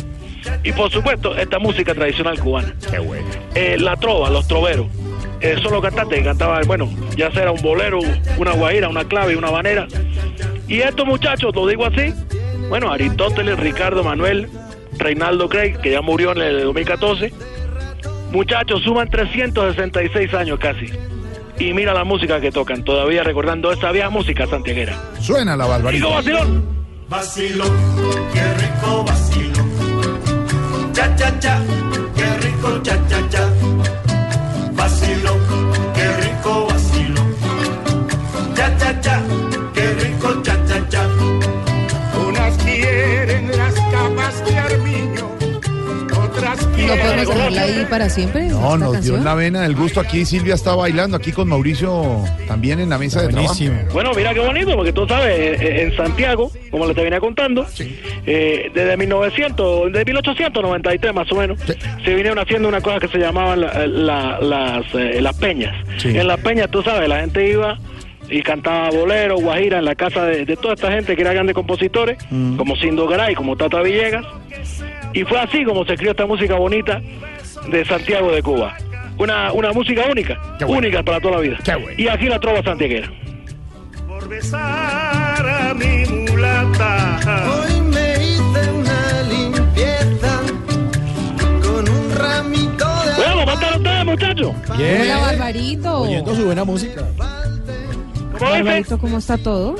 y, por supuesto, esta música tradicional cubana. este. Qué bueno. eh, la trova, los troveros. Eh, son los cantantes que cantaban, bueno, ya sea un bolero, una guaira, una clave, una banera. Y estos muchachos, lo digo así, bueno, Aristóteles, Ricardo Manuel, Reinaldo Craig, que ya murió en el 2014. Muchachos, suman 366 años casi. Y mira la música que tocan, todavía recordando esa vieja música santiaguera. Suena la ¡Hijo Barbarito. vacilón! Vacilón, qué rico vacilón. Ya, ya, ya, qué rico, ya, ya, ya. Vacilón, qué rico vacilón. Ya, ya, ya, qué rico, ya, ya, ya. Unas quieren las capas de armiño, otras No quieren. podemos dejarla ahí para siempre. No, esta nos dio canción? en la vena el gusto. Aquí Silvia está bailando, aquí con Mauricio también en la mesa de trabajo. Bueno, mira qué bonito, porque tú sabes, eh, eh, en Santiago, como les te venía contando, eh, desde 1900, desde 1893 más o menos, Sí. se vinieron haciendo una cosa que se llamaban la- la- las, eh, las peñas. Sí. En las peñas, tú sabes, la gente iba y cantaba bolero, guajira, en la casa de, de toda esta gente que era grandes compositores, Mm. como Sindo Garay, como Tata Villegas. Y fue así como se creó esta música bonita de Santiago de Cuba. Una, una música única, Qué bueno. única para toda la vida. Qué bueno. Y aquí la trova santiaguera. por besar a mi mulata. Hoy me hice una limpieza con un ramito de Bueno, cantar ustedes, muchachos. Hola, Barbarito. su buena música. ¿Cómo dices? Barbarito, ¿cómo está todo?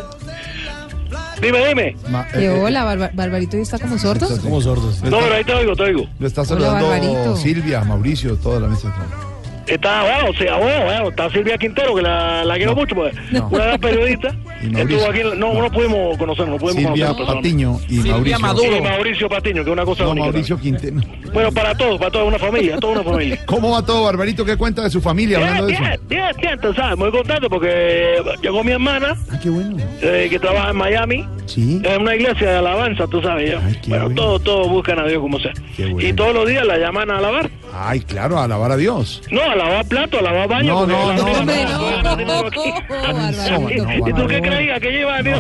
Dime, dime. eh, Que hola, Barba- Barbarito, ¿y está como sordo? Como sordos. No, pero ahí te oigo, te oigo. Lo está Hola, Barbarito. saludando Silvia, Mauricio, toda la mesa de trabajo. Está, bueno, sí, ah, bueno, bueno, está Silvia Quintero, que la, la quiero mucho, pues. No. Una de las periodistas. Y Mauricio. Estuvo aquí, en- no, no pudimos conocernos, no pudimos Silvia conocernos. Patiño y Mauricio. personalmente. Y Mauricio Patiño, que es una cosa No, única. Mauricio Quinteno. Bueno, para todos, para toda una familia, toda una familia. ¿Cómo va todo, Barbarito? ¿Qué cuenta de su familia Bien, hablando de eso? bien, bien, bien, tú sabes, muy contento porque llegó mi hermana, Ah, qué bueno. eh, que trabaja en Miami, Sí. en una iglesia de alabanza, tú sabes. ya. Ay, qué bueno, bueno. todos, todos buscan a Dios como sea. Qué bueno. Y todos los días la llaman a alabar. Ay, claro, a alabar a Dios. No, a lavar plato, a lavar baño. No, porque no, la no, última no, vez no. que tenemos aquí. Barbarito. No, no, ¿Y tú no. qué creías que lleva? No,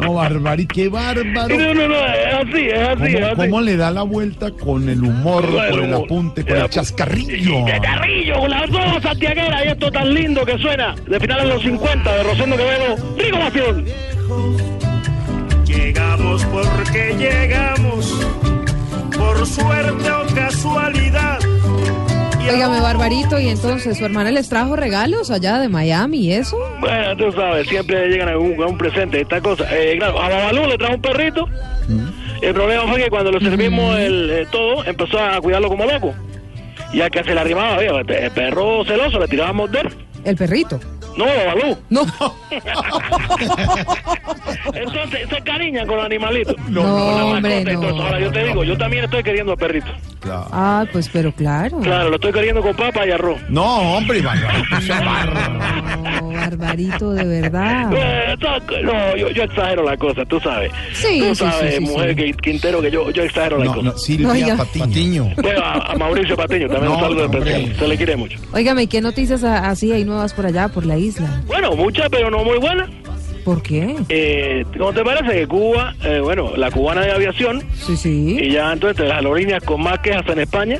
No, Barbarito, qué bárbaro. no, no, no, es así, es así, es ¿Cómo, así. cómo le da la vuelta con el humor, Con el con el humor. apunte, con el chascarrillo? De Carrillo, con las dos santiagueras y esto tan lindo que suena. De finales de los 50, de Rosendo Quevedo, Rico Bastión. Llegamos porque llegamos, por suerte o casualidad. Y Óigame, Barbarito, ¿y entonces su hermana les trajo regalos allá de Miami y eso? Bueno, tú sabes, siempre llegan a un, a un presente esta cosa. Eh, claro, a Babalú le trajo un perrito. Mm. El problema fue que cuando le servimos el, eh, todo, empezó a cuidarlo como loco. Y al que se le arrimaba, oye, el perro celoso le tiraba a morder. El perrito. No, Babalú. No, Entonces, se cariñan con los animalitos. no, hombre, Entonces, ahora yo no. te digo, yo también estoy queriendo al perrito. Claro. Ah, pues, pero claro. Claro, lo estoy queriendo con papa y arroz. No, hombre, Barbarito. o sea, Barbarito. No, Barbarito, de verdad. Eh, saco- No, yo, yo exagero la cosa, tú sabes. Sí, tú sí, sí, sabes, sí, mujer sí. que- Quintero, que yo, yo exagero la No, cosa. no, Silvia Oiga. Patiño. Bueno, a, a Mauricio Patiño también un No, saludo no, especial. hombre. Se le quiere mucho. Óigame, ¿qué noticias a- así hay nuevas por allá, por la isla? Bueno, muchas, pero no muy buenas. ¿Por qué? Eh, ¿Cómo te parece que Cuba, eh, bueno, la cubana de aviación, Sí, sí. y ya entonces las aerolíneas con más quejas en España?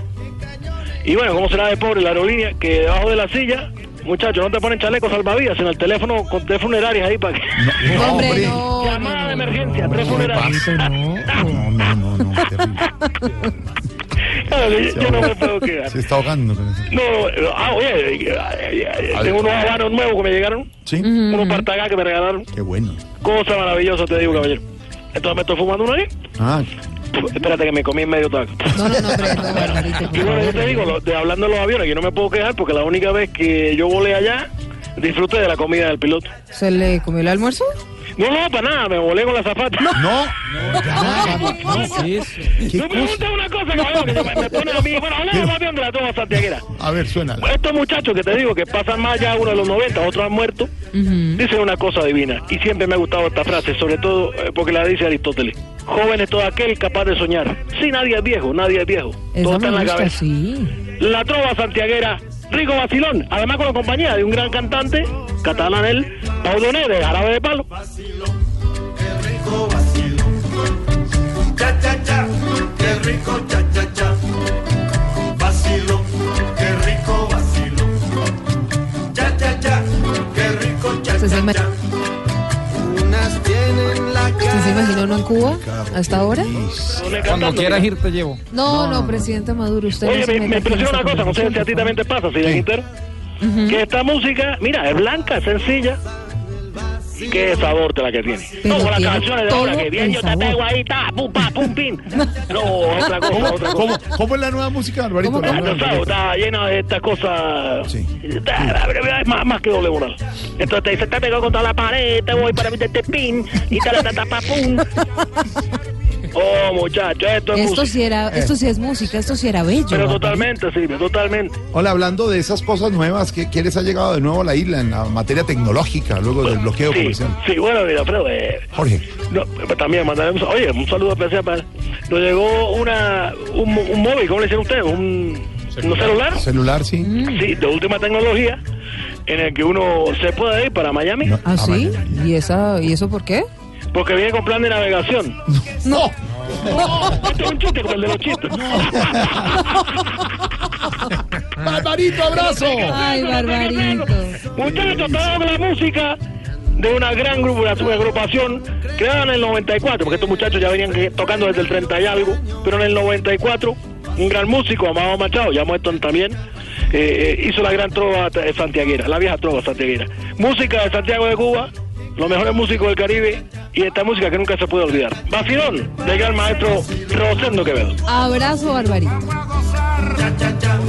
Y bueno, ¿cómo será de pobre la aerolínea que debajo de la silla, muchachos, no te ponen chaleco salvavidas, sino el teléfono con tres funerarias ahí para que. No, hombre. no, Llamada de no, no. emergencia, tres No, funerarias. Barbarito, no, no, no, no, terrible. Claro, yo, yo no me puedo quedar. Se está ahogando con eso. No, no, ah, oye, eh, eh, eh, tengo unos habanos nuevos que me llegaron, ¿Sí? unos partagás que me regalaron. Qué bueno. Cosa maravillosa, te digo, caballero. Entonces me estoy fumando uno ahí. Ah, Pf, Espérate que me comí medio taco. No, no, no, hombre, no, Barbarito. Y bueno, yo te digo, lo- de, hablando de los aviones, yo no me puedo quejar porque la única vez que yo volé allá, disfruté de la comida del piloto. ¿Se le comió el almuerzo? No, no, para nada, me volé con la zapata. No, no. ¿Qué me cosa? preguntas una cosa, caballero, que me, me pone a mí. Bueno, hablemos más bien de la toma santiaguera. A ver, suena. Estos muchachos que te digo que pasan más allá, uno de los 90, otros han muerto, dicen una cosa divina. Y siempre me ha gustado esta frase, sobre todo eh, porque la dice Aristóteles. Joven es todo aquel capaz de soñar. Sí, nadie es viejo, nadie es viejo. todo Esa está me en la gusta, cabeza. sí. La trova santiaguera, Rico Basilón, además con la compañía de un gran cantante, catalán él, Paulo Neves, árabe de palo. Qué rico vacilo. Cha cha cha, qué rico cha cha cha. Vacilo, qué rico vacilo. Cha cha cha, qué rico cha Se cha llama- cha. Unas tienen la ¿Usted se imaginó no en Cuba hasta ahora? Cuando quieras ir. No, no, presidente Maduro, usted no Oye, se me, meta me aquí en impresiona esta una cosa, no sé si a ti conversación, también te por pasa, si Quintero, que esta música, mira, es blanca, es sencilla. Y qué sabor te la que tiene. Pero no, con las tiene canciones de ahora todo que bien, el yo te sabor. pego ahí, ta, pum, pa, pum, pin. No, otra cosa, otra cosa. ¿Cómo, ¿Cómo es la nueva música, Barbarito? ¿Cómo La Ah, nueva tú sabes, Barbarito. está llena de estas cosas. Sí. Está- Es más, más que doble moral. Entonces te dice, te pego contra la pared, te voy para mi este pin y te la tata pa pum. Oh, muchacho, esto es Esto música. sí, era, esto sí es música, esto sí era bello. Pero Barbarito. totalmente, Silvia, totalmente. Hola, hablando de esas cosas nuevas, ¿qué, qué les ha llegado de nuevo a la isla en la materia tecnológica luego del bloqueo Sí, comercial? sí, bueno, mira, Alfredo, eh, Jorge, no, pero también mandaremos, oye, un saludo especial para. Nos llegó una, un, mo- un móvil, ¿cómo le dicen ustedes? Un, ¿Un celular? celular, sí. Sí, de última tecnología, en el que uno se puede ir para Miami. No. ¿Ah, Ah, sí? vale. ¿Y, esa, ¿Y eso por qué? Porque viene con plan de navegación. Oh, No. Esto es un chiste como el de los chistes. Barbarito, abrazo. Ay, barbarito. Muchachos, toda la música de una gran grupo, una agrupación creada en el 94, porque estos muchachos ya venían que- tocando desde el 30 y algo, pero en el 94 un gran músico, Amado Machado, ya muerto también, eh, eh, hizo la gran trova eh, santiaguera, la vieja trova santiaguera. Música de Santiago de Cuba, los mejores músicos del Caribe y esta música que nunca se puede olvidar. Vacilón, del gran maestro Rosendo Quevedo. Abrazo, barbarito. cha cha cha.